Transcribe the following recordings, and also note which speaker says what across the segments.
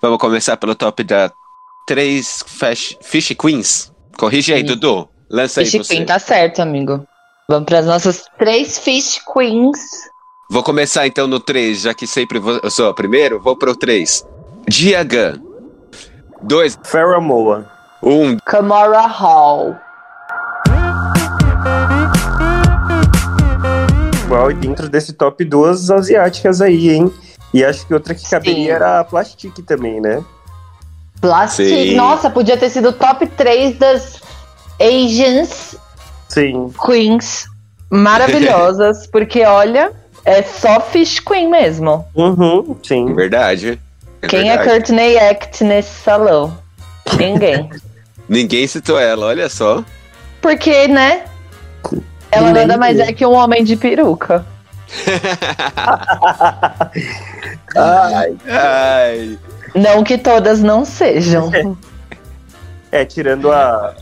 Speaker 1: Vamos começar pelo top da três Fish, Fish Queens. Corrige aí,
Speaker 2: Sim.
Speaker 1: Dudu. Lança
Speaker 2: Fish
Speaker 1: aí você.
Speaker 2: Queen tá certo, amigo. Vamos para as nossas três Fish Queens.
Speaker 1: Vou começar então no 3, já que sempre vou- eu sou o primeiro. Vou pro 3. Diagan. 2,
Speaker 3: Farrah Moa.
Speaker 1: 1,
Speaker 2: Kamara Hall.
Speaker 3: Uau, e dentro desse top, duas asiáticas aí, hein? E acho que outra que caberia
Speaker 2: Sim.
Speaker 3: era a Plastic também, né?
Speaker 2: Plastic.
Speaker 1: Sim.
Speaker 2: Nossa, podia ter sido o top 3 das Asians
Speaker 3: Sim.
Speaker 2: Queens maravilhosas. porque, olha, é só Fish Queen mesmo.
Speaker 3: Uhum, sim.
Speaker 1: Verdade. É
Speaker 2: Quem é
Speaker 1: verdade.
Speaker 2: Courtney Act nesse salão? Ninguém.
Speaker 1: Ninguém citou ela, olha só.
Speaker 2: Porque, né? Ela
Speaker 3: Ninguém.
Speaker 2: nada mais é que um homem de peruca.
Speaker 3: Ai.
Speaker 1: Ai.
Speaker 2: Não que todas não sejam.
Speaker 3: É, tirando a.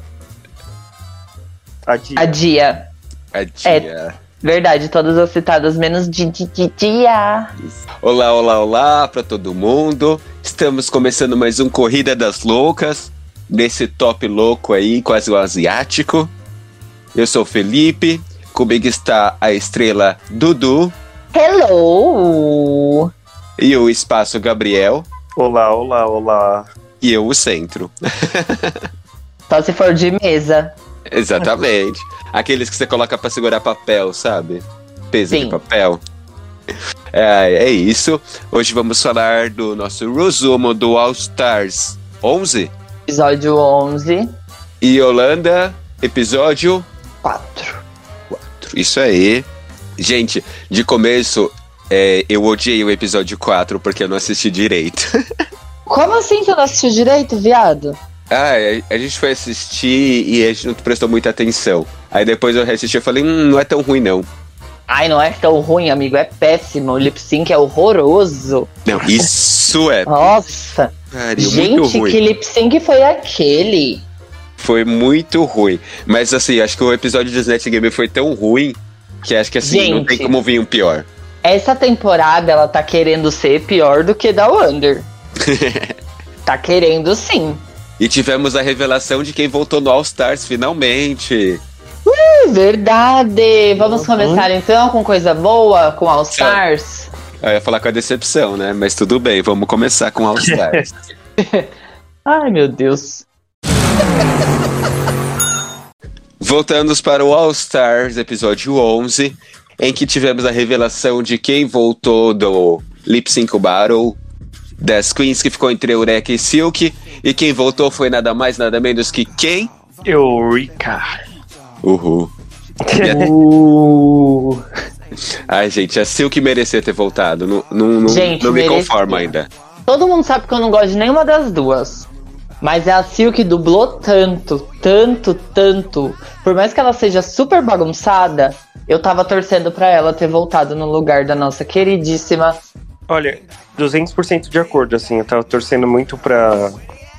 Speaker 3: A Di.
Speaker 2: A Dia.
Speaker 1: A
Speaker 2: É,
Speaker 1: tia.
Speaker 2: Verdade, todas as citadas, menos de, de, de Dia.
Speaker 1: Olá, olá, olá pra todo mundo. Estamos começando mais um Corrida das Loucas. Nesse top louco aí, quase o asiático. Eu sou o Felipe. Comigo está a estrela Dudu
Speaker 2: Hello!
Speaker 1: e o espaço Gabriel.
Speaker 3: Olá, olá, olá.
Speaker 1: E eu o centro.
Speaker 2: Só se for de mesa.
Speaker 1: Exatamente. Aqueles que você coloca pra segurar papel, sabe? Peso de
Speaker 2: Sim.
Speaker 1: papel. É, é isso. Hoje vamos falar do nosso resumo do All Stars 11
Speaker 2: Episódio 11,
Speaker 1: e Holanda, episódio
Speaker 2: 4.
Speaker 1: Isso aí. Gente, de começo, é, eu odiei o episódio 4 porque eu não assisti direito.
Speaker 2: Como assim você não assistiu direito, viado?
Speaker 1: ah, é, a gente foi assistir e a gente não prestou muita atenção. Aí depois eu reassisti e falei, hum, não é tão ruim não.
Speaker 2: Ai, não é tão ruim, amigo. É péssimo. O lip sync é horroroso.
Speaker 1: Não, isso é
Speaker 2: Nossa.
Speaker 1: pariu, muito
Speaker 2: Gente,
Speaker 1: ruim.
Speaker 2: que lip sync foi aquele?
Speaker 1: Foi muito ruim. Mas assim, acho que o episódio de Snatch Game foi tão ruim que acho que assim, não
Speaker 2: Gente.
Speaker 1: tem como vir um pior.
Speaker 2: Essa temporada ela tá querendo ser pior do que da Wander. tá querendo sim.
Speaker 1: E tivemos a revelação de quem voltou no All Stars finalmente.
Speaker 2: É verdade. Vamos
Speaker 3: Uhum.
Speaker 2: começar então com coisa boa, com All
Speaker 1: Certo.
Speaker 2: Stars.
Speaker 1: Eu ia falar com a decepção, né? Mas tudo bem, vamos começar com All Stars.
Speaker 2: Ai, meu Deus.
Speaker 1: Voltamos para o All Stars, episódio 11, em que tivemos a revelação de quem voltou do Lip Sync Battle, das Queens que ficou entre Eureka e Silk, e quem voltou foi nada mais, nada menos que quem?
Speaker 3: Eurica.
Speaker 1: Uhul.
Speaker 3: Uh,
Speaker 1: Ai, gente, a Silk merecia ter voltado. Não, não, não,
Speaker 2: Gente,
Speaker 1: não me
Speaker 2: merecia.
Speaker 1: conformo ainda.
Speaker 2: Todo mundo sabe que eu não gosto de nenhuma das duas. Mas é a Sil que dublou tanto, tanto, tanto. Por mais que ela seja super bagunçada, eu tava torcendo pra ela ter voltado no lugar da nossa queridíssima
Speaker 3: olha, 200% de acordo, assim. Eu tava torcendo muito pra,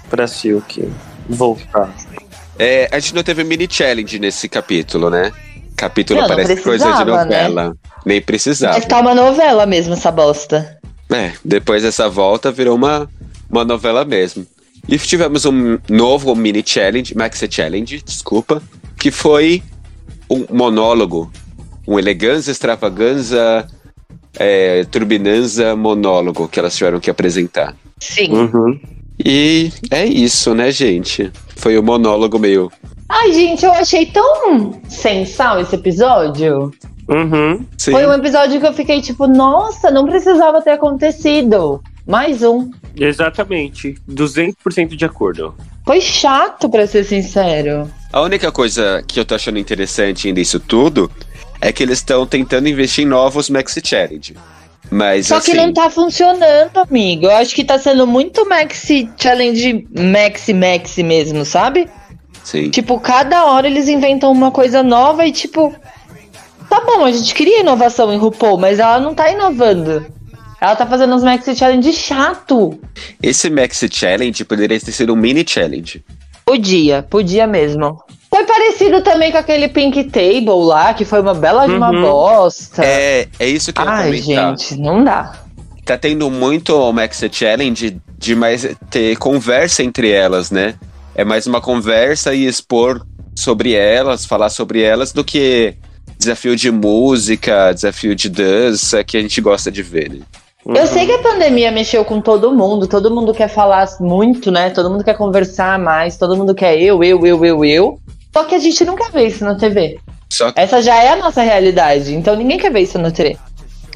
Speaker 3: pra Silk voltar.
Speaker 1: É, a gente não teve mini challenge nesse capítulo, né? Capítulo
Speaker 2: Não, não
Speaker 1: parece coisa de
Speaker 2: precisava, né?
Speaker 1: novela. Nem precisava.
Speaker 2: Mas tá uma novela mesmo essa bosta.
Speaker 1: É, depois dessa volta virou uma, uma novela mesmo. E tivemos um novo mini challenge, maxi challenge, desculpa, que foi um monólogo. Um elegância, extravaganza, é, turbinanza, monólogo que elas tiveram que apresentar.
Speaker 2: Sim.
Speaker 3: Uhum.
Speaker 1: E é isso, né, gente? Foi o monólogo meio.
Speaker 2: Ai, gente, eu achei tão sensal esse episódio.
Speaker 3: Uhum.
Speaker 1: Sim.
Speaker 2: Foi um episódio que eu fiquei tipo, nossa, não precisava ter acontecido. Mais um.
Speaker 3: Exatamente. 200% de acordo.
Speaker 2: Foi chato, pra ser sincero.
Speaker 1: A única coisa que eu tô achando interessante ainda isso tudo é que eles estão tentando investir em novos Maxi Challenge. Mas
Speaker 2: Só
Speaker 1: assim,
Speaker 2: que não tá funcionando, amigo. Eu acho que tá sendo muito maxi challenge, maxi, maxi mesmo, sabe?
Speaker 1: sim.
Speaker 2: Tipo, cada hora eles inventam uma coisa nova e tipo. Tá bom, a gente queria inovação em RuPaul, mas ela não tá inovando. Ela tá fazendo uns Maxi Challenge chato.
Speaker 1: Esse Maxi Challenge poderia ter sido um mini challenge.
Speaker 2: Podia, podia mesmo. Foi parecido também com aquele Pink Table lá, que foi uma bela de uma
Speaker 3: Uhum.
Speaker 2: bosta.
Speaker 1: É, é isso que eu ia
Speaker 2: Tá. Ai,
Speaker 1: comentar.
Speaker 2: gente, não dá.
Speaker 1: tá tendo muito o Max Challenge de mais ter conversa entre elas, né? É mais uma conversa e expor sobre elas, falar sobre elas, do que desafio de música, desafio de dança, que a gente gosta de ver, né?
Speaker 2: Eu sei que a pandemia mexeu com todo mundo, todo mundo quer falar muito, né? Todo mundo quer conversar mais, todo mundo quer eu, eu, eu, eu, eu. Só que a gente não quer ver isso na TV.
Speaker 1: Só que,
Speaker 2: Essa já é a nossa realidade, então ninguém quer ver isso na TV.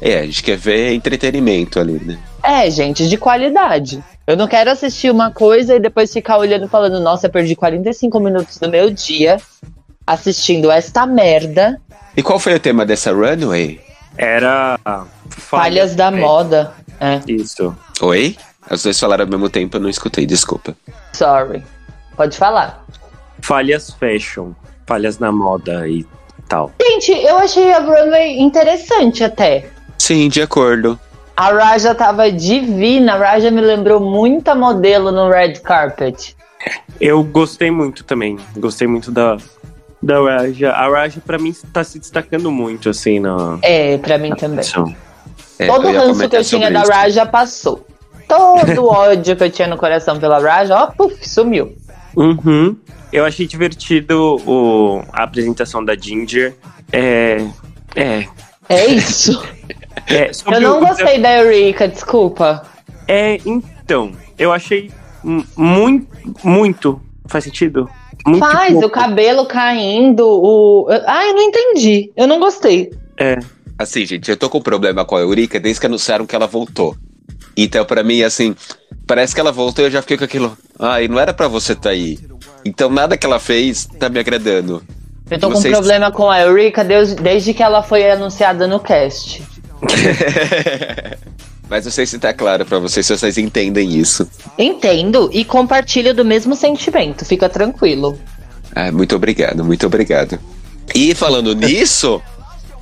Speaker 1: é, a gente quer ver entretenimento ali, né?
Speaker 2: É, gente, de qualidade. Eu não quero assistir uma coisa e depois ficar olhando e falando, nossa, eu perdi 45 minutos do meu dia assistindo esta merda,
Speaker 1: E qual foi o tema dessa runway?
Speaker 3: Era.
Speaker 2: falhas da moda. É,
Speaker 3: Isso.
Speaker 1: Oi? As duas falaram ao mesmo tempo, eu não escutei, desculpa.
Speaker 2: sorry. Pode falar.
Speaker 3: Falhas fashion. Falhas na moda e tal.
Speaker 2: Gente, eu achei a runway interessante até.
Speaker 1: Sim, de acordo.
Speaker 2: A Raja tava divina. A Raja me lembrou muita modelo no red carpet.
Speaker 3: Eu gostei muito também. Gostei muito da, da Raja. A Raja, pra mim, tá se destacando muito, assim, na.
Speaker 2: É, pra mim também.
Speaker 3: Então,
Speaker 1: É,
Speaker 2: Todo
Speaker 1: eu ia
Speaker 2: ranço que
Speaker 1: comentar
Speaker 2: eu tinha
Speaker 1: sobre
Speaker 2: da
Speaker 1: isso.
Speaker 2: Raja passou. Todo o ódio que eu tinha no coração pela Raja, ó, puf, sumiu.
Speaker 3: Uhum. Eu achei divertido o, a apresentação da Ginger. É. É.
Speaker 2: É isso.
Speaker 3: é sobre
Speaker 2: Eu não
Speaker 3: o-
Speaker 2: gostei da Eureka, desculpa.
Speaker 3: É, então. Eu achei muito. Muito. Faz sentido? Muito
Speaker 2: Faz,
Speaker 3: pouco.
Speaker 2: o cabelo caindo, o. Ai, eu não entendi. Eu não gostei.
Speaker 3: É.
Speaker 1: Assim, gente, eu tô com problema com a Eurica desde que anunciaram que ela voltou. Então, pra mim, assim, parece que ela voltou e eu já fiquei com aquilo. Ai, não era pra você tá aí. Então, nada que ela fez tá me agradando.
Speaker 2: Eu tô
Speaker 1: Vocês-
Speaker 2: com problema com a Eureka desde, desde que ela foi anunciada no cast.
Speaker 1: Mas não sei se tá claro pra vocês, se vocês entendem isso.
Speaker 2: Entendo e compartilho do mesmo sentimento, fica tranquilo.
Speaker 1: Ah, muito obrigado, muito obrigado. E falando nisso,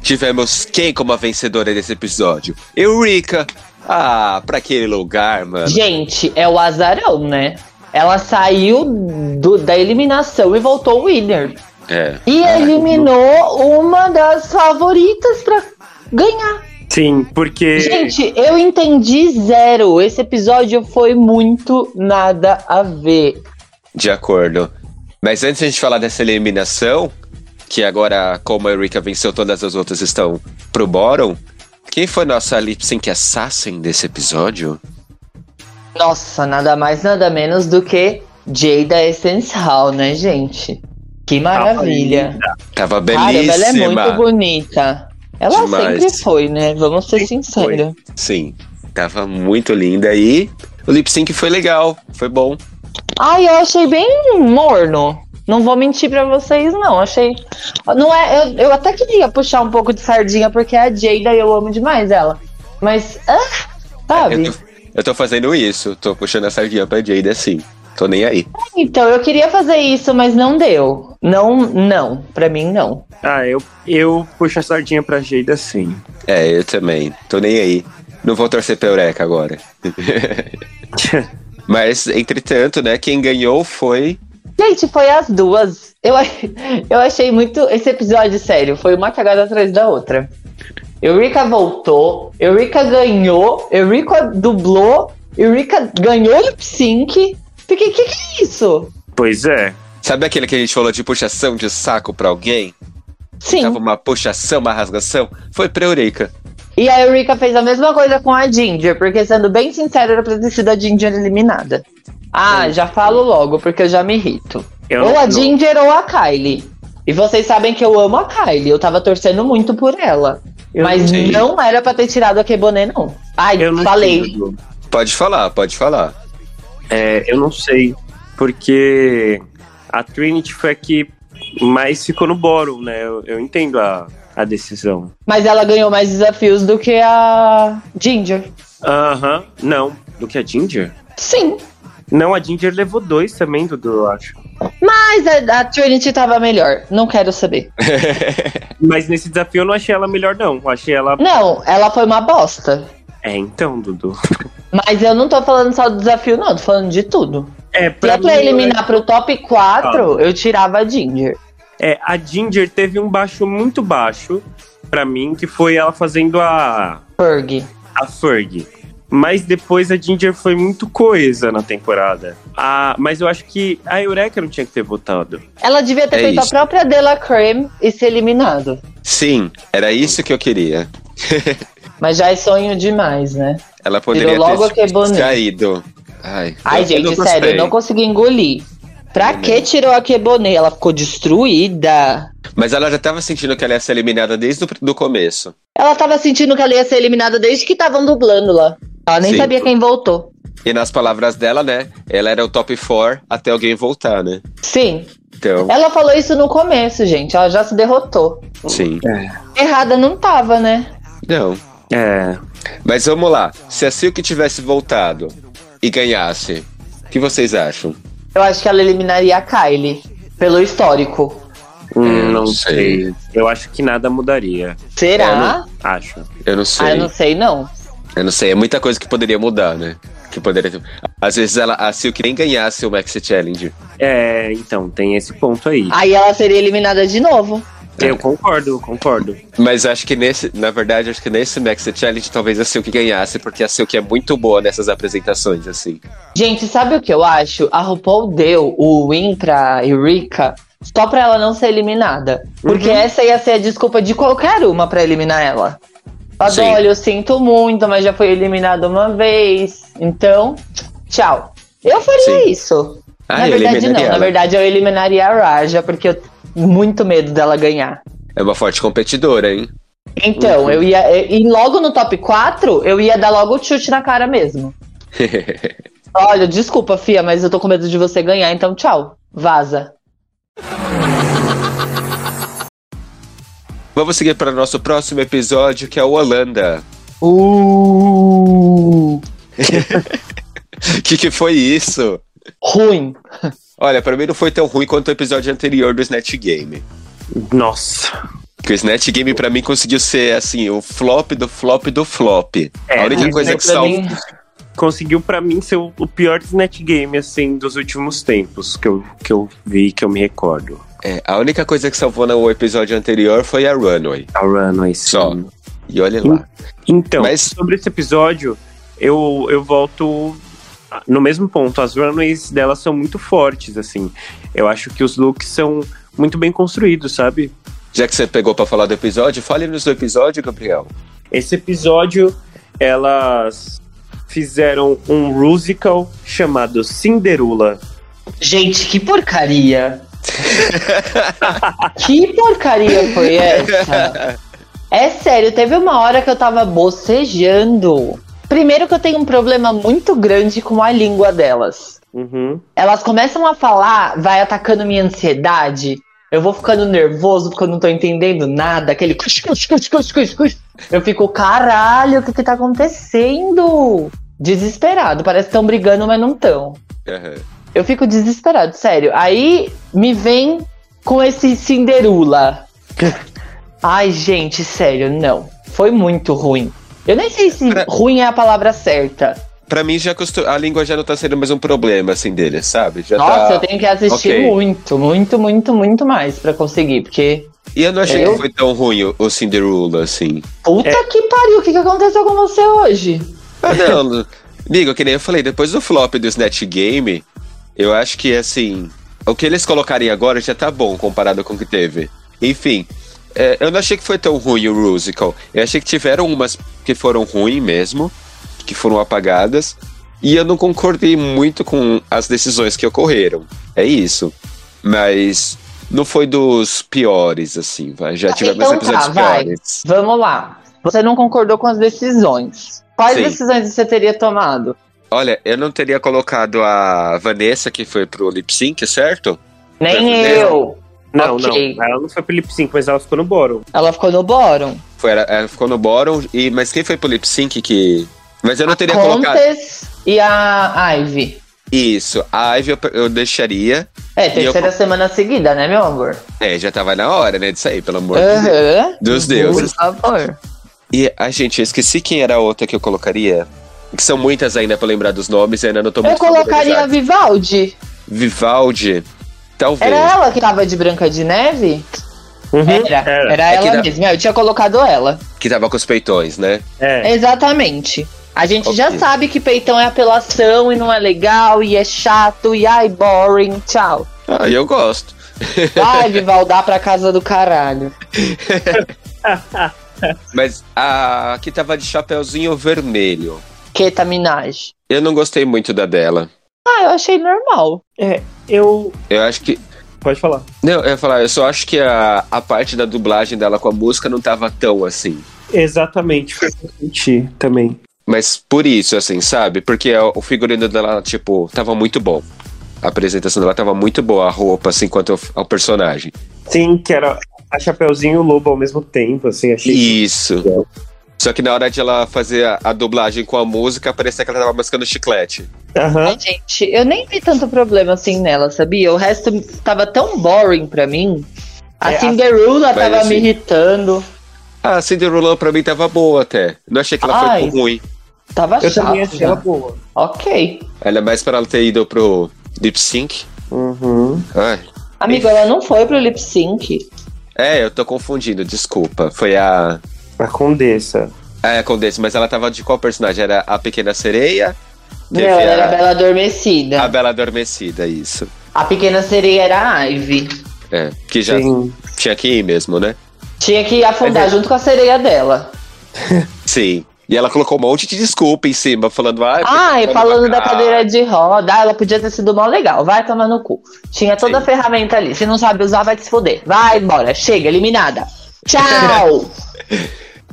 Speaker 1: tivemos quem como a vencedora desse episódio? Eurica! Ah, pra aquele lugar, mano.
Speaker 2: Gente, é o azarão, né? Ela saiu do- da eliminação e voltou winner.
Speaker 1: É.
Speaker 2: E eliminou uma das favoritas pra ganhar.
Speaker 3: Sim, porque.
Speaker 2: Gente, eu entendi zero. Esse episódio foi muito nada a ver.
Speaker 1: De acordo. Mas antes de a gente falar dessa eliminação, que agora, como a Erika venceu, todas as outras estão pro bottom. Quem foi nossa lip sync assassin desse episódio?
Speaker 2: Nossa, nada mais, nada menos do que Jada Essence Hall, né, gente? Que maravilha.
Speaker 1: Tava
Speaker 2: Caramba,
Speaker 1: belíssima.
Speaker 2: ela é muito bonita. Ela
Speaker 1: Demais.
Speaker 2: sempre foi, né? Vamos ser sinceros.
Speaker 1: Sim, tava muito linda. E o lip sync foi legal, foi bom.
Speaker 2: Ai, eu achei bem morno. Não vou mentir pra vocês, não. Achei. Não é. Eu, eu até queria puxar um pouco de sardinha, porque a Jada eu amo demais ela. Mas. ah,
Speaker 1: É, Eu
Speaker 2: sabe?
Speaker 1: tô, eu tô fazendo isso, tô puxando a sardinha pra Jada assim. Tô nem aí.
Speaker 2: Então, eu queria fazer isso, mas não deu. Não, não. Pra mim, não.
Speaker 3: Ah, eu, eu puxo a sardinha pra Jada sim.
Speaker 1: É, eu também. Tô nem aí. Não vou torcer pra Eureka agora. Mas, entretanto, né, quem ganhou foi
Speaker 2: Gente, foi as duas. Eu, eu achei muito. Esse episódio, sério, foi uma cagada atrás da outra. Eurica voltou, Eurica ganhou, Eurica dublou, Eurica ganhou lip sync. Fiquei, que que é isso?
Speaker 3: pois é.
Speaker 1: Sabe aquele que a gente falou de puxação de saco pra alguém?
Speaker 2: Sim.
Speaker 1: Tava uma puxação, uma rasgação? Foi pra Eureka.
Speaker 2: E a Eurica fez a mesma coisa com a Ginger, porque sendo bem sincero, era pra ter sido a Ginger eliminada. Ah, já falo logo, porque eu já me irrito.
Speaker 3: Eu
Speaker 2: ou
Speaker 3: não-
Speaker 2: a Ginger ou a Kylie. E vocês sabem que eu amo a Kylie. Eu tava torcendo muito por ela.
Speaker 3: Eu
Speaker 2: mas
Speaker 1: sei.
Speaker 2: não era pra ter tirado a Keboné, não. Ai,
Speaker 3: Eu não
Speaker 2: falei.
Speaker 3: julgo.
Speaker 1: Pode falar, pode falar.
Speaker 3: É, eu não sei. Porque a Trinity foi a que mais ficou no bórum, né? Eu, eu entendo a, a decisão.
Speaker 2: Mas ela ganhou mais desafios do que a Ginger.
Speaker 3: Aham, não. Do que a Ginger?
Speaker 2: Sim.
Speaker 3: Não, a Ginger levou dois também, Dudu, eu acho.
Speaker 2: Mas a, a Trinity tava melhor. Não quero saber.
Speaker 3: Mas nesse desafio eu não achei ela melhor, não. Eu Achei ela.
Speaker 2: Não, ela foi uma bosta.
Speaker 3: É, então, Dudu.
Speaker 2: Mas eu não tô falando só do desafio, não. Tô falando de tudo.
Speaker 3: É,
Speaker 2: Se é
Speaker 3: mim,
Speaker 2: pra eliminar pro top 4, eu tirava a Ginger.
Speaker 3: É, a Ginger teve um baixo muito baixo pra mim, que foi ela fazendo a,
Speaker 2: Ferg.
Speaker 3: a Ferg. Mas depois a Ginger foi muito coesa na temporada. Ah, mas eu acho que a Eureka não tinha que ter votado.
Speaker 2: Ela devia ter
Speaker 1: É
Speaker 2: feito
Speaker 1: isso.
Speaker 2: a própria Della Creme e ser eliminado.
Speaker 1: Sim, era isso que eu queria.
Speaker 2: Mas já é sonho demais, né?
Speaker 1: Ela poderia
Speaker 2: Virou logo
Speaker 1: ter
Speaker 2: a Kebone.
Speaker 1: caído. Ai,
Speaker 2: Ai,
Speaker 1: eu
Speaker 2: gente,
Speaker 1: não gostei.
Speaker 2: sério, eu não consegui engolir. Pra
Speaker 1: Não.
Speaker 2: que tirou a Kebone? Ela ficou destruída.
Speaker 1: Mas ela já tava sentindo que ela ia ser eliminada desde o pr- do começo.
Speaker 2: Ela tava sentindo que ela ia ser eliminada desde que estavam dublando lá. Ela nem
Speaker 1: Sim.
Speaker 2: sabia quem voltou.
Speaker 1: E nas palavras dela, né? Ela era o top 4 até alguém voltar, né?
Speaker 2: Sim.
Speaker 1: Então,
Speaker 2: Ela falou isso no começo, gente. Ela já se derrotou.
Speaker 1: sim.
Speaker 2: Errada não tava, né?
Speaker 1: Não.
Speaker 3: É.
Speaker 1: Mas vamos lá. Se a Silk tivesse voltado e ganhasse, o que vocês acham?
Speaker 2: Eu acho que ela eliminaria a Kylie. Pelo histórico.
Speaker 3: hum, não
Speaker 1: sei.
Speaker 3: sei. Eu acho que nada mudaria.
Speaker 1: Eu
Speaker 2: Será?
Speaker 1: não
Speaker 3: Acho.
Speaker 1: Eu não sei.
Speaker 2: Ah, eu não sei, não.
Speaker 1: Eu não sei, é muita coisa que poderia mudar, né? Que poderia ter... Às vezes ela, a Silk nem ganhasse o Max Challenge.
Speaker 3: É, então, tem esse ponto aí.
Speaker 2: Aí ela seria eliminada de novo.
Speaker 3: Eu concordo, eu concordo.
Speaker 1: Mas acho que nesse, na verdade, acho que nesse Max Challenge talvez a Silk ganhasse, porque a Silk é muito boa nessas apresentações, assim.
Speaker 2: Gente, sabe o que eu acho? A RuPaul deu o win pra Eureka só pra ela não ser eliminada. Porque
Speaker 1: Uhum.
Speaker 2: essa ia ser a desculpa de qualquer uma pra eliminar ela. Ela
Speaker 1: Sim.
Speaker 2: fala, olha, eu sinto muito, mas já foi eliminada uma vez. Então, tchau. Eu faria
Speaker 1: Sim.
Speaker 2: isso.
Speaker 1: Ah,
Speaker 2: na
Speaker 1: eu
Speaker 2: verdade, não.
Speaker 1: eliminaria
Speaker 2: Na
Speaker 1: ela.
Speaker 2: verdade, eu eliminaria a Raja, porque eu tenho muito medo dela ganhar.
Speaker 1: É uma forte competidora, hein?
Speaker 2: Então,
Speaker 1: Uhum.
Speaker 2: eu ia. E e logo no top 4, eu ia dar logo o chute na cara mesmo. Olha, desculpa, Fia, mas eu tô com medo de você ganhar, então tchau. Vaza.
Speaker 1: Vamos seguir para o nosso próximo episódio, que é o Holanda.
Speaker 2: Uh,
Speaker 1: que que foi isso?
Speaker 2: ruim.
Speaker 1: Olha, pra mim não foi tão ruim quanto o episódio anterior do Snatch Game.
Speaker 3: Nossa.
Speaker 1: Porque o Snatch Game pra mim conseguiu ser, assim, o flop do flop do flop.
Speaker 3: É,
Speaker 1: a única
Speaker 3: mas
Speaker 1: coisa
Speaker 2: Pra
Speaker 1: que salva...
Speaker 2: mim,
Speaker 3: Conseguiu pra mim ser o o pior Snatch Game, assim, dos últimos tempos que eu, que eu vi, que eu me recordo.
Speaker 1: É, a única coisa que salvou no episódio anterior foi a Runway.
Speaker 3: A Runway, sim.
Speaker 1: Só. E olha lá.
Speaker 3: Então,
Speaker 1: Mas-
Speaker 3: sobre esse episódio, eu, eu volto no mesmo ponto. As runways delas são muito fortes, assim. Eu acho que os looks são muito bem construídos, sabe?
Speaker 1: Já que você pegou pra falar do episódio, fale-nos do episódio, Gabriel.
Speaker 3: Esse episódio, elas fizeram um musical chamado Cinderula.
Speaker 2: Gente, que porcaria. que porcaria foi essa? É sério, teve uma hora que eu tava bocejando. Primeiro que eu tenho um problema muito grande com a língua delas.
Speaker 3: Uhum.
Speaker 2: Elas começam a falar, vai atacando minha ansiedade. Eu vou ficando nervoso porque eu não tô entendendo nada. Aquele. cus, cus, cus, cus, cus, cus. Eu fico, caralho, o que que tá acontecendo? Desesperado. Parece que estão brigando, mas não estão. Eu fico desesperado, sério. Aí me vem com esse Cinderula. Ai, gente, sério, não. Foi muito ruim. Eu nem sei se ruim é a palavra certa.
Speaker 1: Pra mim, já costu- a língua já não tá sendo mais um problema, assim, dele, sabe? Já
Speaker 2: Nossa,
Speaker 1: tá...
Speaker 2: eu tenho que assistir
Speaker 1: ok.
Speaker 2: muito, muito, muito, muito mais pra conseguir, porque.
Speaker 1: E eu não achei
Speaker 2: Eu?
Speaker 1: que foi tão ruim o, o Cinderula, assim.
Speaker 2: Puta que pariu, o que, que aconteceu com você hoje?
Speaker 1: Ah, não. Amigo, que nem eu falei, depois do flop do Snatch Game, eu acho que, assim, o que eles colocarem agora já tá bom comparado com o que teve. Enfim, é, eu não achei que foi tão ruim o musical. Eu achei que tiveram umas que foram ruins mesmo, que foram apagadas, e eu não concordei muito com as decisões que ocorreram. É isso. Mas não foi dos piores, assim, vai. Já
Speaker 2: Ah,
Speaker 1: tivemos
Speaker 2: então tá,
Speaker 1: episódios
Speaker 2: vai.
Speaker 1: piores.
Speaker 2: Vamos lá. Você não concordou com as decisões. Quais
Speaker 1: Sim.
Speaker 2: decisões você teria tomado?
Speaker 1: Olha, eu não teria colocado a Vanessa, que foi pro lip sync, certo?
Speaker 2: Nem
Speaker 1: Brasileira.
Speaker 2: eu.
Speaker 3: Não,
Speaker 2: Ok.
Speaker 3: não. Ela não foi pro Lip Sync, mas ela ficou no Boro.
Speaker 2: Ela ficou no bórum.
Speaker 1: Foi, ela, ela ficou no bottom, e, mas quem foi pro lip sync que. Mas eu não teria colocado.
Speaker 2: Contes e a Ivy.
Speaker 1: Isso, a Ivy eu, eu deixaria. E
Speaker 2: É,
Speaker 1: eu
Speaker 2: terceira semana seguida, né, meu amor?
Speaker 1: É, já tava na hora, né, de sair, pelo amor de é. Deus.
Speaker 2: Aham.
Speaker 1: Dos deuses.
Speaker 2: Por favor.
Speaker 1: E, a gente, eu esqueci quem era a outra que eu colocaria. Que são muitas ainda pra lembrar dos nomes, e ainda não tô
Speaker 2: Eu
Speaker 1: muito
Speaker 2: colocaria a
Speaker 1: familiarizado.
Speaker 2: Vivaldi.
Speaker 1: Vivaldi. Talvez.
Speaker 2: Era ela que tava de Branca de Neve?
Speaker 3: Uhum.
Speaker 2: Era, era,
Speaker 1: É que
Speaker 2: ela
Speaker 1: dá-
Speaker 2: mesma. Eu tinha colocado ela.
Speaker 1: Que tava com os peitões, né?
Speaker 3: É.
Speaker 2: Exatamente. A gente
Speaker 1: Ok.
Speaker 2: já sabe que peitão é apelação e não é legal e é chato e ai, boring, tchau.
Speaker 1: Ah, eu gosto.
Speaker 2: Vai, Vivaldar, pra casa do caralho.
Speaker 1: Mas a que tava de chapeuzinho vermelho.
Speaker 2: Keta Minaj.
Speaker 1: Eu não gostei muito da dela.
Speaker 2: Ah, eu achei normal.
Speaker 3: Eu.
Speaker 1: Eu acho que.
Speaker 3: Pode falar.
Speaker 1: Não, eu ia falar, eu só acho que a, a parte da dublagem dela com a música não tava tão assim.
Speaker 3: Exatamente. faz sentido também.
Speaker 1: Mas por isso, assim, sabe? Porque a- o figurino dela, tipo, tava muito bom. A apresentação dela tava muito boa, a roupa, assim, quanto ao, ao personagem.
Speaker 3: Sim, que era a Chapeuzinho e o Lobo ao mesmo tempo, assim, achei.
Speaker 1: Isso. Só que na hora de ela fazer a, a dublagem com a música, parecia que ela tava mascando chiclete.
Speaker 3: Aham.
Speaker 2: Ai, gente, eu nem vi tanto problema assim nela, sabia? O resto tava tão boring pra mim. A
Speaker 3: É, a-
Speaker 2: Cinderella
Speaker 1: Mas,
Speaker 2: tava
Speaker 1: assim,
Speaker 2: me irritando.
Speaker 1: Ah, a Cinderella pra mim tava boa até. Não achei que ela foi
Speaker 2: Ai.
Speaker 1: foi ruim.
Speaker 2: Tava
Speaker 3: Eu
Speaker 2: chato. né?
Speaker 3: também achei
Speaker 2: já.
Speaker 3: ela boa.
Speaker 2: Ok.
Speaker 1: Ela é mais pra ela ter ido pro lip sync.
Speaker 3: Uhum.
Speaker 1: Ai.
Speaker 2: Amigo, ela não foi pro lip sync.
Speaker 1: É, eu tô confundindo, desculpa. Foi a.
Speaker 3: A Condessa.
Speaker 1: É, a Condessa, mas ela tava de qual personagem? Era a Pequena Sereia?
Speaker 2: Não,
Speaker 1: Teve
Speaker 2: ela
Speaker 1: a-
Speaker 2: era a Bela Adormecida.
Speaker 1: A Bela Adormecida, isso.
Speaker 2: A Pequena Sereia era a Ivy.
Speaker 1: É, que já
Speaker 3: Sim.
Speaker 1: tinha que ir mesmo, né?
Speaker 2: Tinha que afundar
Speaker 3: Mas
Speaker 1: é-
Speaker 2: junto com a sereia dela.
Speaker 1: Sim. E ela colocou um monte de desculpa em cima, falando. Ah,
Speaker 2: Ah, e
Speaker 1: porque-
Speaker 2: falando da
Speaker 1: Ah,
Speaker 2: cadeira de roda, ah, ela podia ter sido mal legal. Vai tomar no cu. Tinha
Speaker 1: Sim.
Speaker 2: toda a ferramenta ali. Se não sabe usar, vai se foder. Vai embora. Chega, eliminada. Tchau!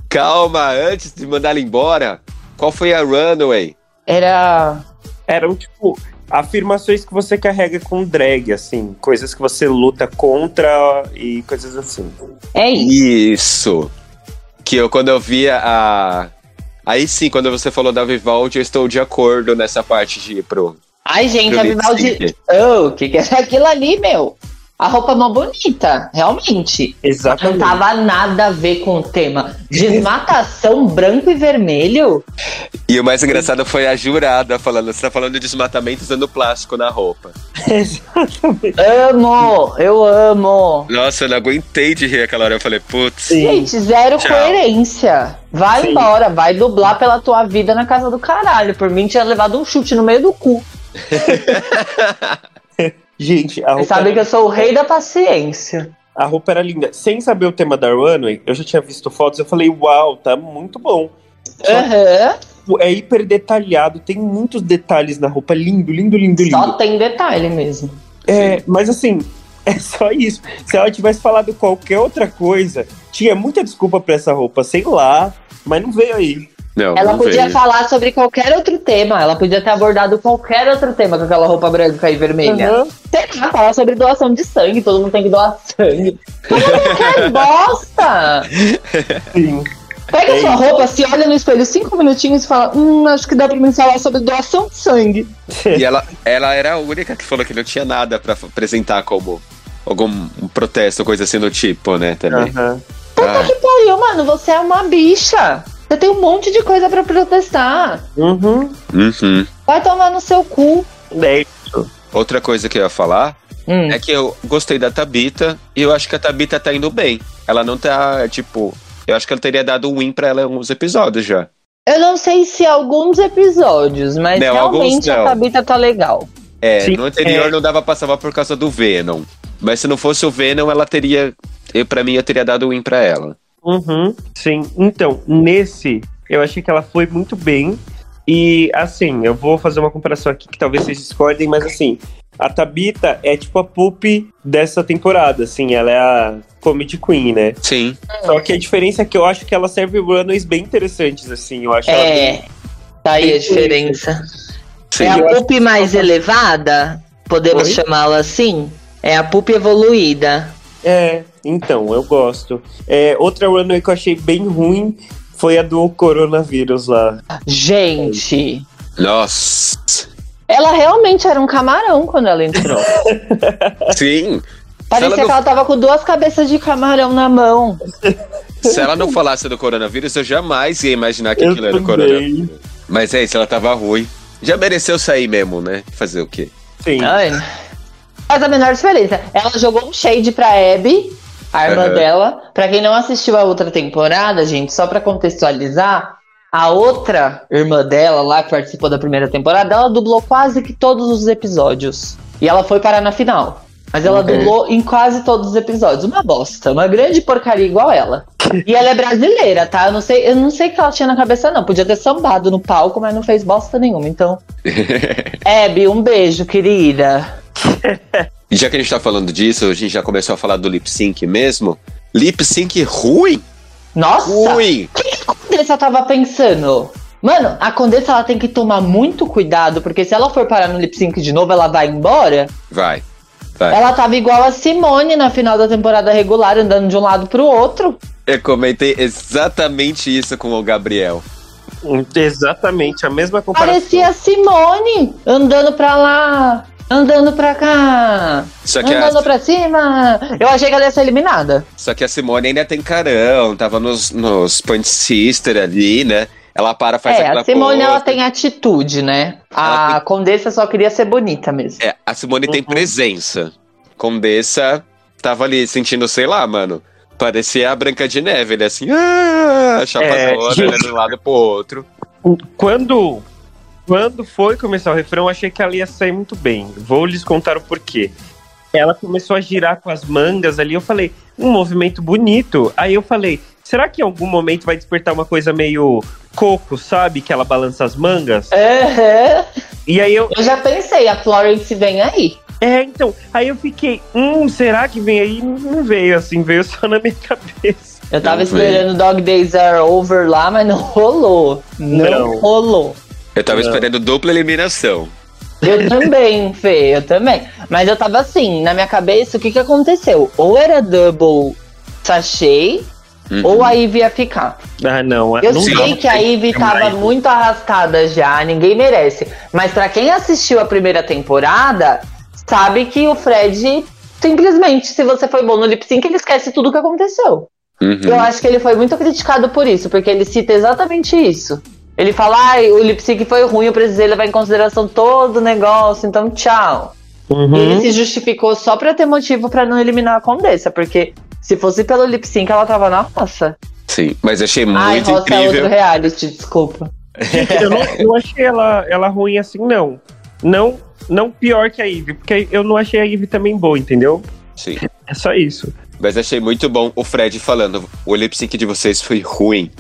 Speaker 1: Calma, antes de mandar ela embora, qual foi a runway?
Speaker 2: Era.
Speaker 3: Eram, tipo, afirmações que você carrega com drag, assim. Coisas que você luta contra e coisas assim.
Speaker 2: É isso.
Speaker 1: Isso. Que eu, quando eu via a. Aí sim, quando você falou da Vivaldi, eu estou de acordo nessa parte de ir pro.
Speaker 2: Ai, gente,
Speaker 1: pro
Speaker 2: a
Speaker 1: lip
Speaker 2: Vivaldi.
Speaker 1: sync.
Speaker 2: Oh, o que, que era aquilo ali, meu? A roupa mó bonita, realmente. Não
Speaker 3: Exatamente.
Speaker 2: tava nada a ver com o tema. Desmatação branco e vermelho?
Speaker 1: E o mais engraçado foi a jurada falando, você tá falando de desmatamento usando plástico na roupa.
Speaker 3: Exatamente.
Speaker 2: Amo! Eu amo!
Speaker 1: Nossa, eu não aguentei de rir aquela hora, eu falei, putz.
Speaker 3: Sim.
Speaker 2: Gente, zero
Speaker 1: Tchau.
Speaker 2: coerência. Vai
Speaker 3: Sim.
Speaker 2: embora, vai dublar pela tua vida na casa do caralho. Por mim, tinha levado um chute no meio do cu.
Speaker 3: Gente, a
Speaker 2: Vocês
Speaker 3: roupa,
Speaker 2: sabem que eu sou o rei da paciência.
Speaker 3: a roupa era linda. Sem saber o tema da Runway, eu já tinha visto fotos, eu falei, uau, tá muito bom.
Speaker 2: Aham.
Speaker 3: Tipo, É hiper detalhado, tem muitos detalhes na roupa. Lindo, lindo, lindo,
Speaker 2: Só
Speaker 3: lindo.
Speaker 2: tem detalhe mesmo.
Speaker 3: É, mas assim, é só isso. Se ela tivesse falado qualquer outra coisa, tinha muita desculpa pra essa roupa, sei lá, mas não veio aí.
Speaker 1: Não,
Speaker 2: Ela
Speaker 1: não
Speaker 2: podia
Speaker 1: veio.
Speaker 2: falar sobre qualquer outro tema. Ela podia ter abordado qualquer outro tema com aquela roupa branca e vermelha.
Speaker 3: Aham.
Speaker 2: Sei lá, falar sobre doação de sangue. Todo mundo tem que doar sangue. Mas qualquer bosta!
Speaker 3: Sim.
Speaker 2: Pega
Speaker 3: É
Speaker 2: sua roupa, se olha no espelho cinco minutinhos e fala: Hum, acho que dá pra mim falar sobre doação de sangue.
Speaker 1: E ela, ela era a única que falou que não tinha nada pra f- apresentar como algum um protesto, coisa assim do tipo, né? Também.
Speaker 3: Aham.
Speaker 1: Ah,
Speaker 2: Que pariu, mano, você é uma bicha. Você tem um monte de coisa pra protestar.
Speaker 3: Uhum.
Speaker 1: uhum.
Speaker 2: Vai tomar no seu cu.
Speaker 3: É,
Speaker 1: Outra coisa que eu ia falar
Speaker 2: Hum.
Speaker 1: é que eu gostei da Tabita e eu acho que a Tabita tá indo bem. Ela não tá, tipo. Eu acho que eu teria dado um win pra ela em alguns episódios já.
Speaker 2: Eu não sei se alguns episódios, mas
Speaker 1: Não, alguns
Speaker 2: realmente
Speaker 1: não.
Speaker 2: a Tabita tá legal.
Speaker 1: É,
Speaker 3: Sim,
Speaker 1: no anterior não dava pra salvar por causa do Venom. Mas se não fosse o Venom, ela teria. Eu, pra mim, eu teria dado um win pra ela.
Speaker 3: Uhum, sim. Então, nesse, eu achei que ela foi muito bem. E, assim, eu vou fazer uma comparação aqui que talvez vocês discordem, mas, assim, a Tabita é tipo a Pup dessa temporada, assim, ela é a Comedy Queen, né?
Speaker 1: Sim.
Speaker 3: Só que a diferença é que eu acho que ela serve runaways bem interessantes, assim, eu acho ela bem...
Speaker 2: É. Tá aí a diferença.
Speaker 1: Sim.
Speaker 2: é a
Speaker 3: eu acho
Speaker 2: PUP mais elevada, podemos
Speaker 3: Oi?
Speaker 2: chamá-la assim? É a PUP evoluída.
Speaker 3: É, então, eu gosto. É, outra runway que eu achei bem ruim foi a do coronavírus lá.
Speaker 2: Gente,
Speaker 1: Nossa.
Speaker 2: ela realmente era um camarão quando ela entrou.
Speaker 1: Sim.
Speaker 2: Parecia
Speaker 1: Ela não-
Speaker 2: que ela tava com duas cabeças de camarão na mão.
Speaker 1: Se ela não falasse do coronavírus, eu jamais ia imaginar que
Speaker 3: Eu
Speaker 1: aquilo era o
Speaker 3: também.
Speaker 1: coronavírus. Mas é isso, ela tava ruim. Já mereceu sair mesmo, né? Fazer o quê?
Speaker 3: Sim.
Speaker 2: Ai. Faz a menor diferença. Ela jogou um shade pra Abby, a irmã
Speaker 1: Aham.
Speaker 2: dela. Pra quem não assistiu a outra temporada, gente, só pra contextualizar, A outra irmã dela lá, que participou da primeira temporada, ela dublou quase que todos os episódios. E ela foi parar na final. Mas ela
Speaker 1: Uhum.
Speaker 2: dublou em quase todos os episódios. Uma bosta, uma grande porcaria igual ela. E ela é brasileira, tá? Eu não sei, eu não sei o que ela tinha na cabeça, não. Podia ter sambado no palco, mas não fez bosta nenhuma. Então. Hebe, um beijo, querida.
Speaker 1: E já que a gente tá falando disso, a gente já começou a falar do lip sync mesmo. Lip sync ruim?
Speaker 2: Nossa!
Speaker 1: Ruim!
Speaker 2: O que, que a Condessa tava pensando? Mano, a Condessa ela tem que tomar muito cuidado, porque se ela for parar no lip sync de novo, ela vai embora.
Speaker 1: Vai. Vai.
Speaker 2: Ela tava igual a Simone na final da temporada regular, andando de um lado pro outro.
Speaker 1: Eu comentei exatamente isso com o Gabriel.
Speaker 3: Exatamente, a mesma comparação.
Speaker 2: Parecia a Simone andando pra lá, andando pra cá,
Speaker 1: Só que, a,
Speaker 2: andando pra cima. Eu achei que ela ia ser eliminada.
Speaker 1: só que a Simone ainda tem carão, tava nos, nos Punch Sister ali, né? Ela para, faz
Speaker 2: é,
Speaker 1: aquela
Speaker 2: a Simone
Speaker 1: pose.
Speaker 2: ela tem atitude, né?
Speaker 1: Ela
Speaker 2: A Condessa só queria ser bonita mesmo.
Speaker 1: É, a Simone tem
Speaker 3: Uhum.
Speaker 1: presença. Condessa tava ali sentindo, sei lá, mano. Parecia a Branca de Neve, ele assim, ah, chapadora,
Speaker 3: gente.
Speaker 1: olhando de um lado pro outro.
Speaker 3: Quando, quando foi começar o refrão, eu achei que ela ia sair muito bem. Vou lhes contar o porquê. Ela começou a girar com as mangas ali, eu falei, um movimento bonito. Aí eu falei, será que em algum momento vai despertar uma coisa meio coco, sabe? Que ela balança as mangas?
Speaker 1: É.
Speaker 2: Aham.
Speaker 3: E aí eu,
Speaker 2: Eu já pensei, a Florence vem aí.
Speaker 3: é, então, aí eu fiquei, hum, será que vem aí? Não veio assim, veio só na minha cabeça.
Speaker 2: Eu tava
Speaker 1: Não veio.
Speaker 2: esperando Dog Days Are Over lá, mas não rolou. Não,
Speaker 3: Não.
Speaker 2: rolou.
Speaker 1: Eu tava
Speaker 3: Não.
Speaker 1: esperando dupla eliminação.
Speaker 2: Eu também, Fê, eu também. Mas eu tava assim, na minha cabeça, o que que aconteceu? Ou era double sachê,
Speaker 1: Uhum.
Speaker 2: ou a Ivy ia ficar.
Speaker 3: Ah, não,
Speaker 2: Eu
Speaker 3: não
Speaker 2: sei
Speaker 3: dá.
Speaker 2: que a Ivy tava
Speaker 3: mais.
Speaker 2: muito arrastada já, ninguém merece. Mas pra quem assistiu a primeira temporada, sabe que o Fred, simplesmente, se você foi bom no lip sync, ele esquece tudo o que aconteceu.
Speaker 1: Uhum.
Speaker 2: Eu acho que ele foi muito criticado por isso, porque ele cita exatamente isso. Ele fala, ai, o lip sync foi ruim, eu precisei levar em consideração todo o negócio, então tchau. E ele
Speaker 3: Uhum.
Speaker 2: se justificou só pra ter motivo pra não eliminar a Condessa, porque se fosse pelo lip sync, ela tava na roça.
Speaker 1: Sim, mas achei
Speaker 2: ai,
Speaker 1: muito
Speaker 2: roça é outro
Speaker 1: incrível.
Speaker 2: reality, desculpa.
Speaker 3: eu não, não achei ela, ela ruim assim, não. Não não pior que a Ivy, porque eu não achei a Ivy também boa, entendeu?
Speaker 1: Sim.
Speaker 3: É só isso.
Speaker 1: Mas achei muito bom o Fred falando: o lip sync de vocês foi ruim.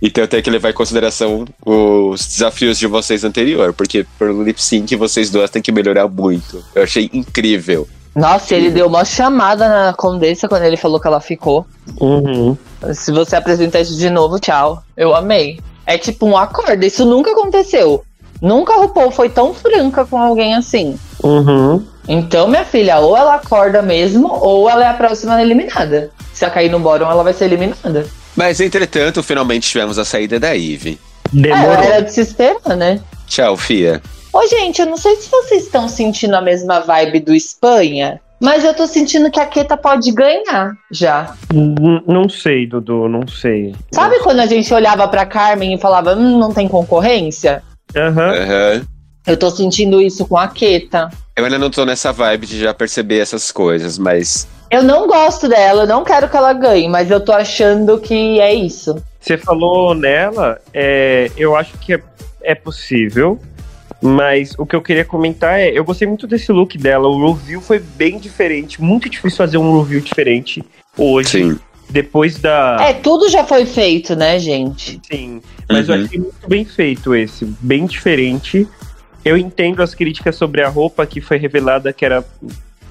Speaker 1: Então eu tenho que levar em consideração os desafios de vocês anterior, porque pelo lip sync vocês duas têm que melhorar muito. Eu achei incrível.
Speaker 2: Nossa, ele deu uma chamada na Condessa quando ele falou que ela ficou.
Speaker 3: Uhum.
Speaker 2: Se você apresentar isso de novo, tchau. Eu amei. É tipo um acordo, isso nunca aconteceu. Nunca a RuPaul foi tão franca com alguém assim.
Speaker 3: Uhum.
Speaker 2: Então, minha filha, ou ela acorda mesmo, ou ela é a próxima eliminada. Se ela cair no bórum, ela vai ser eliminada.
Speaker 1: Mas entretanto, finalmente tivemos a saída da Eve.
Speaker 2: É,
Speaker 3: Demorou.
Speaker 2: era de se esperar, né?
Speaker 1: Tchau, Fia.
Speaker 2: Ô, gente, eu não sei se vocês estão sentindo a mesma vibe do Espanha, mas eu tô sentindo que a Keta pode ganhar já.
Speaker 3: N- Não sei, Dudu, não sei.
Speaker 2: é. Sabe quando a gente olhava pra Carmen e falava, hum, não tem concorrência?
Speaker 3: Aham.
Speaker 1: Aham.
Speaker 2: Eu tô sentindo isso com a Keta.
Speaker 1: Eu ainda não tô nessa vibe de já perceber essas coisas, mas
Speaker 2: Eu não gosto dela, eu não quero que ela ganhe, mas eu tô achando que é isso.
Speaker 3: Você falou nela, é, eu acho que é, é possível. Mas o que eu queria comentar é, eu gostei muito desse look dela. O review foi bem diferente. Muito difícil fazer um review diferente hoje.
Speaker 1: sim.
Speaker 3: Depois da.
Speaker 2: É, tudo já foi feito, né, gente?
Speaker 3: Sim, mas
Speaker 1: Uhum.
Speaker 3: eu achei muito bem feito esse, bem diferente. Eu entendo as críticas sobre a roupa que foi revelada que era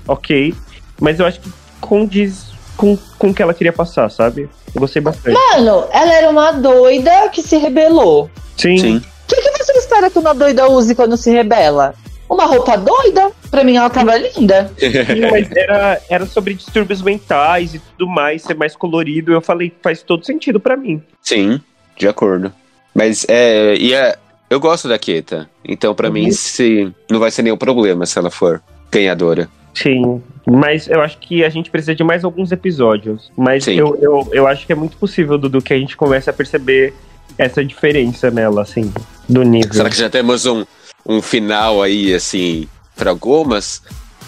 Speaker 3: ok, mas eu acho que condiz com, com o que ela queria passar, sabe? Eu gostei bastante.
Speaker 2: Mano, ela era uma doida que se rebelou. O
Speaker 3: Sim,
Speaker 1: Sim.
Speaker 2: que, que você espera que uma doida use quando se rebela? Uma roupa doida? Pra mim ela tava linda.
Speaker 3: sim, mas era, era sobre distúrbios mentais e tudo mais, ser mais colorido. Eu falei, faz todo sentido pra mim.
Speaker 1: Sim, de acordo. Mas é. E é eu gosto da Keta. Então, pra
Speaker 3: Uhum.
Speaker 1: mim, se, não vai ser nenhum problema se ela for ganhadora.
Speaker 3: Sim, mas eu acho que a gente precisa de mais alguns episódios. Mas
Speaker 1: Sim.
Speaker 3: eu, eu, eu acho que é muito possível, Dudu, que a gente comece a perceber essa diferença nela, assim, do nível.
Speaker 1: Será que já temos um, um final aí, assim, pra algumas?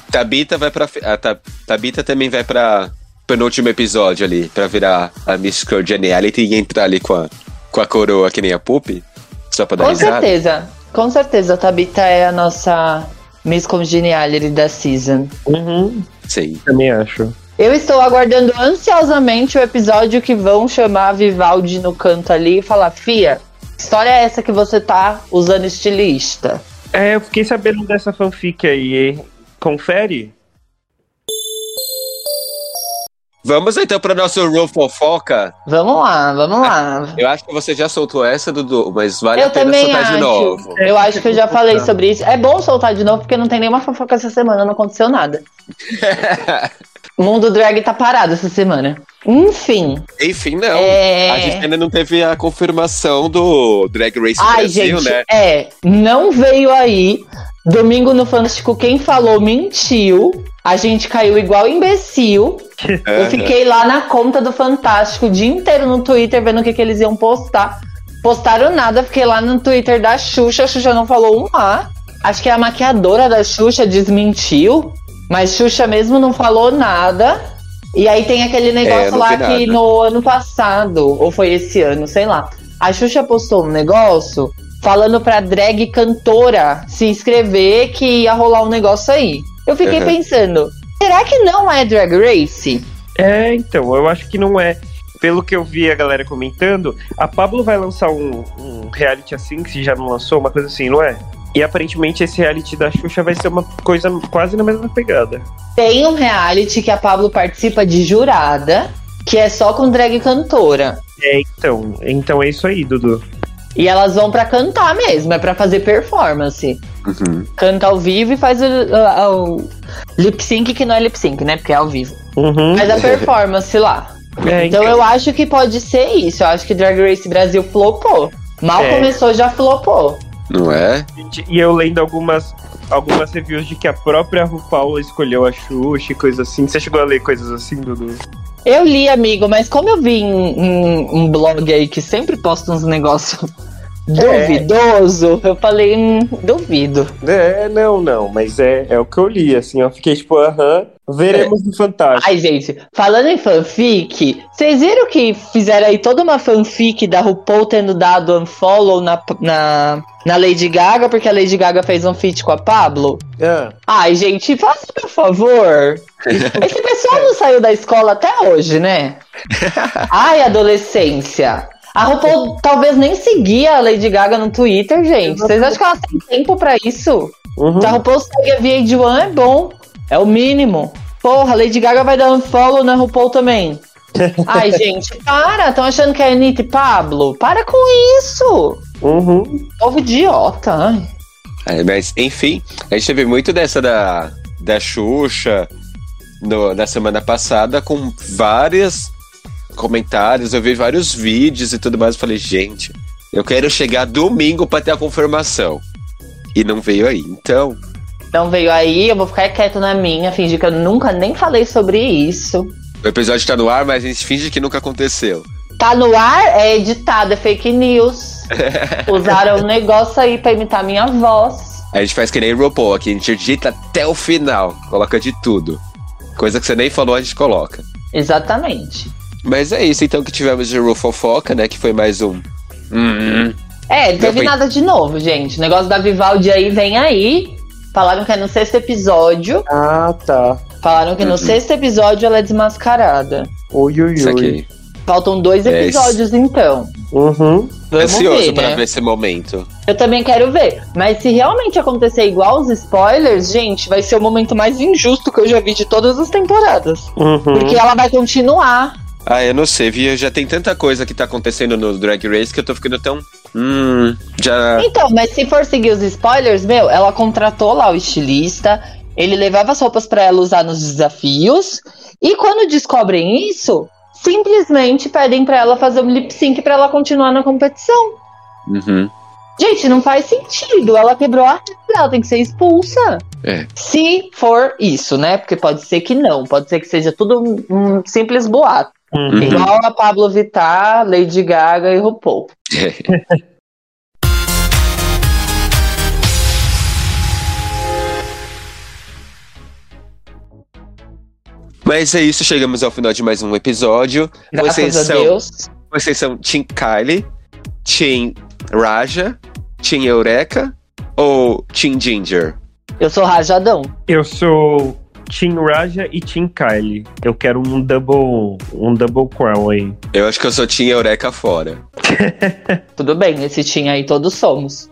Speaker 1: Tabita vai pra. fi- A Ta- Tabita também vai pra penúltimo episódio ali, pra virar a Miss Congeniality e entrar ali com a com a coroa que nem a Pupi? Só pra dar
Speaker 2: Com
Speaker 1: risada?
Speaker 2: certeza. Com certeza, a Tabita é a nossa Miss Congeniality da season.
Speaker 3: Uhum,
Speaker 1: Sim.
Speaker 3: também acho.
Speaker 2: Eu estou aguardando ansiosamente o episódio que vão chamar a Vivaldi no canto ali e falar: Fia, que história é essa que você tá usando estilista?
Speaker 3: É, eu fiquei sabendo dessa fanfic aí. hein? Confere?
Speaker 1: Vamos então pro nosso Roll Fofoca.
Speaker 2: Vamos lá, vamos lá.
Speaker 1: Eu acho que você já soltou essa, Dudu, mas vale
Speaker 2: Eu
Speaker 1: a pena
Speaker 2: também
Speaker 1: soltar de
Speaker 2: acho.
Speaker 1: novo.
Speaker 2: Eu acho que eu já falei sobre isso. É bom soltar de novo, porque não tem nenhuma fofoca essa semana, não aconteceu nada. O mundo drag tá parado essa semana. Enfim.
Speaker 1: Enfim, não.
Speaker 2: é...
Speaker 1: Então, A gente ainda não teve a confirmação do Drag Race
Speaker 2: Ai,
Speaker 1: Brasil,
Speaker 2: gente,
Speaker 1: né?
Speaker 2: é, não veio aí. Domingo no Fantástico, quem falou mentiu. A gente caiu igual imbecil. Eu
Speaker 1: Aham.
Speaker 2: fiquei lá na conta do Fantástico o dia inteiro no Twitter vendo o que, que eles iam postar. Postaram nada, fiquei lá no Twitter da Xuxa. A Xuxa não falou um A. Acho que a maquiadora da Xuxa desmentiu, mas Xuxa mesmo não falou nada. E aí tem aquele
Speaker 1: eu
Speaker 2: negócio
Speaker 1: É, não
Speaker 2: lá
Speaker 1: vi nada.
Speaker 2: que no ano passado, ou foi esse ano, sei lá. A Xuxa postou um negócio falando pra drag cantora se inscrever que ia rolar um negócio aí. Eu fiquei
Speaker 1: Uhum.
Speaker 2: pensando, será que não é Drag Race?
Speaker 3: É, então, eu acho que não é. Pelo que eu vi a galera comentando, a Pablo vai lançar um, um reality assim, que se já não lançou, uma coisa assim, não é? E aparentemente esse reality da Xuxa vai ser uma coisa quase na mesma pegada.
Speaker 2: Tem um reality que a Pablo participa de jurada, que é só com drag cantora.
Speaker 3: É, então. Então é isso aí, Dudu.
Speaker 2: E elas vão pra cantar mesmo, é pra fazer performance.
Speaker 1: Uhum.
Speaker 2: Canta ao vivo e faz o, o- o lip sync, que não é lip sync, né? Porque é ao vivo.
Speaker 3: Uhum.
Speaker 2: Faz a performance lá.
Speaker 3: É,
Speaker 2: Então eu acho que pode ser isso. Eu acho que Drag Race Brasil flopou. Mal
Speaker 3: É.
Speaker 2: começou, já flopou.
Speaker 1: Não é?
Speaker 3: Gente, E eu lendo algumas, algumas reviews de que a própria RuPaul escolheu a Xuxa e coisas assim. Você chegou a ler coisas assim, Dudu?
Speaker 2: Eu li, amigo, mas como eu vi em, em um blog aí que sempre posta uns negócios duvidoso, eu falei, hum, duvido.
Speaker 3: É, não, não, mas é, é o que eu li, assim, eu fiquei tipo, aham, veremos
Speaker 2: É.
Speaker 3: no Fantástico.
Speaker 2: Ai, gente, falando em fanfic, vocês viram que fizeram aí toda uma fanfic da RuPaul tendo dado unfollow na, na, na Lady Gaga, porque a Lady Gaga fez um feat com a Pablo?
Speaker 3: Ah,
Speaker 2: Ai, gente, faça por favor. Esse pessoal não saiu da escola até hoje, né? Ai, adolescência. A RuPaul talvez nem seguia a Lady Gaga no Twitter, gente. Vocês acham que ela tem tempo pra isso?
Speaker 3: uhum.
Speaker 2: Se a RuPaul segue a VH1 é bom. É o mínimo. Porra, Lady Gaga vai dar um follow na RuPaul também. Ai, gente, para. Estão achando que é Anitta e Pablo? Para com isso.
Speaker 3: uhum.
Speaker 2: Povo idiota. Ai.
Speaker 1: É, Mas, enfim, a gente teve muito dessa da, da Xuxa no- na semana passada com vários comentários. Eu vi vários vídeos e tudo mais. Eu falei, gente, eu quero chegar domingo pra ter a confirmação. E não veio aí. Então,
Speaker 2: Então veio aí, eu vou ficar quieta na minha, fingir que eu nunca nem falei sobre isso.
Speaker 1: o episódio tá no ar, mas a gente finge que nunca aconteceu.
Speaker 2: Tá no ar, é editado, é fake news. Usaram um negócio aí pra imitar minha voz.
Speaker 1: A gente faz que nem RuPaul aqui, a gente edita até o final, coloca de tudo. Coisa que você nem falou, a gente coloca.
Speaker 2: Exatamente.
Speaker 1: Mas é isso então que tivemos de Ru Fofoca, né? Que foi mais um. Hum,
Speaker 2: É, não teve
Speaker 1: fui.
Speaker 2: nada de novo, gente. O negócio da Vivaldi aí vem aí. Falaram que é no sexto episódio.
Speaker 3: Ah, tá.
Speaker 2: Falaram que no
Speaker 1: Uhum.
Speaker 2: sexto episódio ela é desmascarada.
Speaker 3: Oi, oi,
Speaker 1: isso
Speaker 3: oi.
Speaker 1: aqui.
Speaker 2: Faltam dois
Speaker 1: É isso.
Speaker 2: episódios, então.
Speaker 3: Uhum.
Speaker 2: Vamos
Speaker 1: Ansioso
Speaker 2: ver,
Speaker 1: pra
Speaker 2: né?
Speaker 1: ver esse momento.
Speaker 2: Eu também quero ver. Mas se realmente acontecer igual os spoilers, gente, vai ser o momento mais injusto que eu já vi de todas as temporadas.
Speaker 3: Uhum.
Speaker 2: Porque ela vai continuar.
Speaker 1: Ah, eu não sei, Vi, já tem tanta coisa que tá acontecendo no Drag Race que eu tô ficando tão. Hum. Já.
Speaker 2: Então, mas se for seguir os spoilers, meu, ela contratou lá o estilista, ele levava as roupas pra ela usar nos desafios, e quando descobrem isso, simplesmente pedem pra ela fazer um lip sync pra ela continuar na competição.
Speaker 1: Uhum.
Speaker 2: Gente, não faz sentido. Ela quebrou a regra, ela tem que ser expulsa.
Speaker 1: É.
Speaker 2: Se for isso, né? Porque pode ser que não, pode ser que seja tudo um, um simples boato.
Speaker 1: Uhum.
Speaker 2: Igual a Pablo Vittar, Lady Gaga e RuPaul.
Speaker 1: Mas é isso, chegamos ao final de mais um episódio.
Speaker 2: Graças
Speaker 1: Vocês
Speaker 2: a
Speaker 1: são-
Speaker 2: Deus.
Speaker 1: Vocês são Tim Kylie, Team Raja, Team Eureka ou Team Ginger?
Speaker 2: Eu sou rajadão.
Speaker 3: Eu sou Team Raja e Team Kylie. Eu quero um double, um double crown aí.
Speaker 1: Eu acho que eu sou Team Eureka fora.
Speaker 2: Tudo bem, esse time aí todos somos.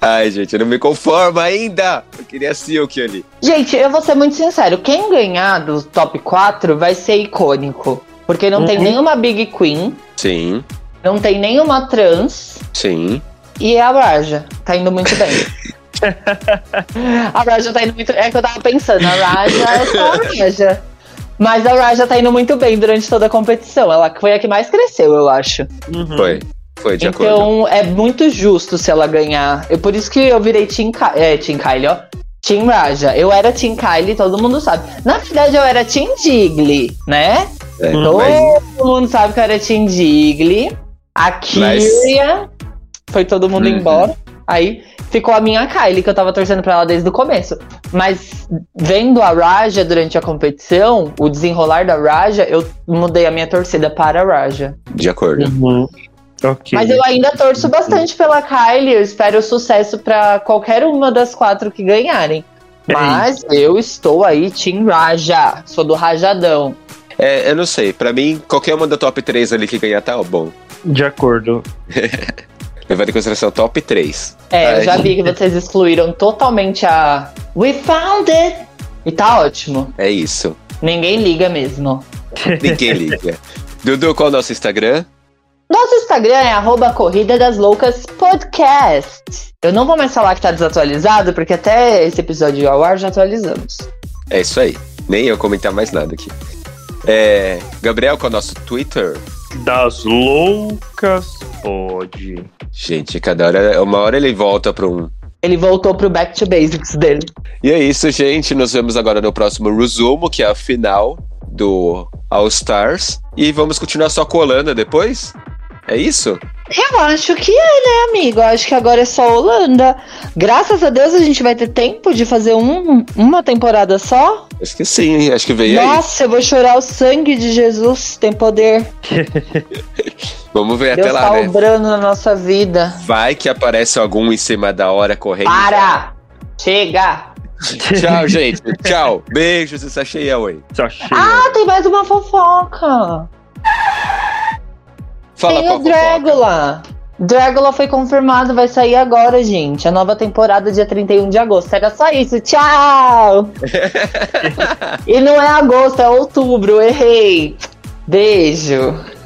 Speaker 1: Ai, gente, eu não me conformo ainda. Eu queria Silk ali.
Speaker 2: Gente, eu vou ser muito sincero. Quem ganhar do top 4 vai ser icônico. Porque não tem
Speaker 3: Uhum.
Speaker 2: nenhuma Big Queen,
Speaker 1: Sim,
Speaker 2: não tem nenhuma trans.
Speaker 1: sim.
Speaker 2: E a Raja tá indo muito bem. a Raja tá indo muito. É que eu tava pensando, a Raja é só a Raja. Mas a Raja tá indo muito bem durante toda a competição. Ela foi a que mais cresceu, eu acho.
Speaker 3: Uhum.
Speaker 1: Foi. Foi de acordo.
Speaker 2: então é muito justo se ela ganhar. Eu, por isso que eu virei Team, Ka é, Team Kylie, ó. Team Raja. Eu era Team Kylie, todo mundo sabe. Na verdade, eu era Team Digley, né?
Speaker 1: É,
Speaker 3: Hum.
Speaker 1: mas
Speaker 2: Todo mundo sabe que eu era Team Digley. A Kyria. Foi todo mundo
Speaker 1: Uhum.
Speaker 2: embora. Aí ficou a minha Kylie, que eu tava torcendo pra ela desde o começo. Mas vendo a Raja durante a competição, o desenrolar da Raja, eu mudei a minha torcida para a Raja.
Speaker 1: de acordo.
Speaker 3: Uhum. Ok.
Speaker 2: Mas eu ainda torço bastante pela Kylie. Eu espero sucesso pra qualquer uma das quatro que ganharem.
Speaker 3: É
Speaker 2: Mas eu estou aí, Team Raja. Sou do Rajadão.
Speaker 1: É, eu não sei. Pra mim, qualquer uma do top 3 ali que ganhar tá bom.
Speaker 3: De acordo.
Speaker 1: Levando em consideração top 3.
Speaker 2: É, eu
Speaker 1: Ai,
Speaker 2: já vi que vocês excluíram totalmente a We Found It! E tá ótimo.
Speaker 1: É isso.
Speaker 2: Ninguém liga mesmo.
Speaker 1: Ninguém liga. Dudu, qual é o nosso Instagram?
Speaker 2: Nosso Instagram é arroba Corrida das Loucas Podcast. Eu não vou mais falar que tá desatualizado, porque até esse episódio ao ar já atualizamos.
Speaker 1: É isso aí. Nem eu comentar mais nada aqui. É, Gabriel, qual é o nosso Twitter?
Speaker 3: Das loucas pode.
Speaker 1: Gente, cada hora, uma hora ele volta pra um.
Speaker 2: Ele voltou pro Back to Basics dele.
Speaker 1: E é isso, gente. Nos vemos agora no próximo Resumo, que é a final do All Stars. E vamos continuar só com a Holanda depois? É isso?
Speaker 2: Eu acho que é, né, amigo? Eu acho que agora é só Holanda. Graças a Deus a gente vai ter tempo de fazer um- uma temporada só.
Speaker 1: Acho que sim, acho que veio aí.
Speaker 2: Nossa, eu vou chorar o sangue de Jesus, tem poder.
Speaker 1: Vamos ver até
Speaker 2: Deus
Speaker 1: lá,
Speaker 2: tá
Speaker 1: né?
Speaker 2: obrando na nossa vida.
Speaker 1: Vai que aparece algum em cima da hora correndo.
Speaker 2: Para! Chega!
Speaker 1: Tchau, gente. Tchau. Beijos e sachê, oi.
Speaker 3: Só chega.
Speaker 2: Ah, tem mais uma fofoca!
Speaker 1: Fala,
Speaker 2: tem o
Speaker 1: qual fofoca.
Speaker 2: Dragula! Dragula foi confirmado, vai sair agora, gente. A nova temporada, dia 31 de agosto. Era só isso, tchau! e não é agosto, é outubro, errei! Beijo!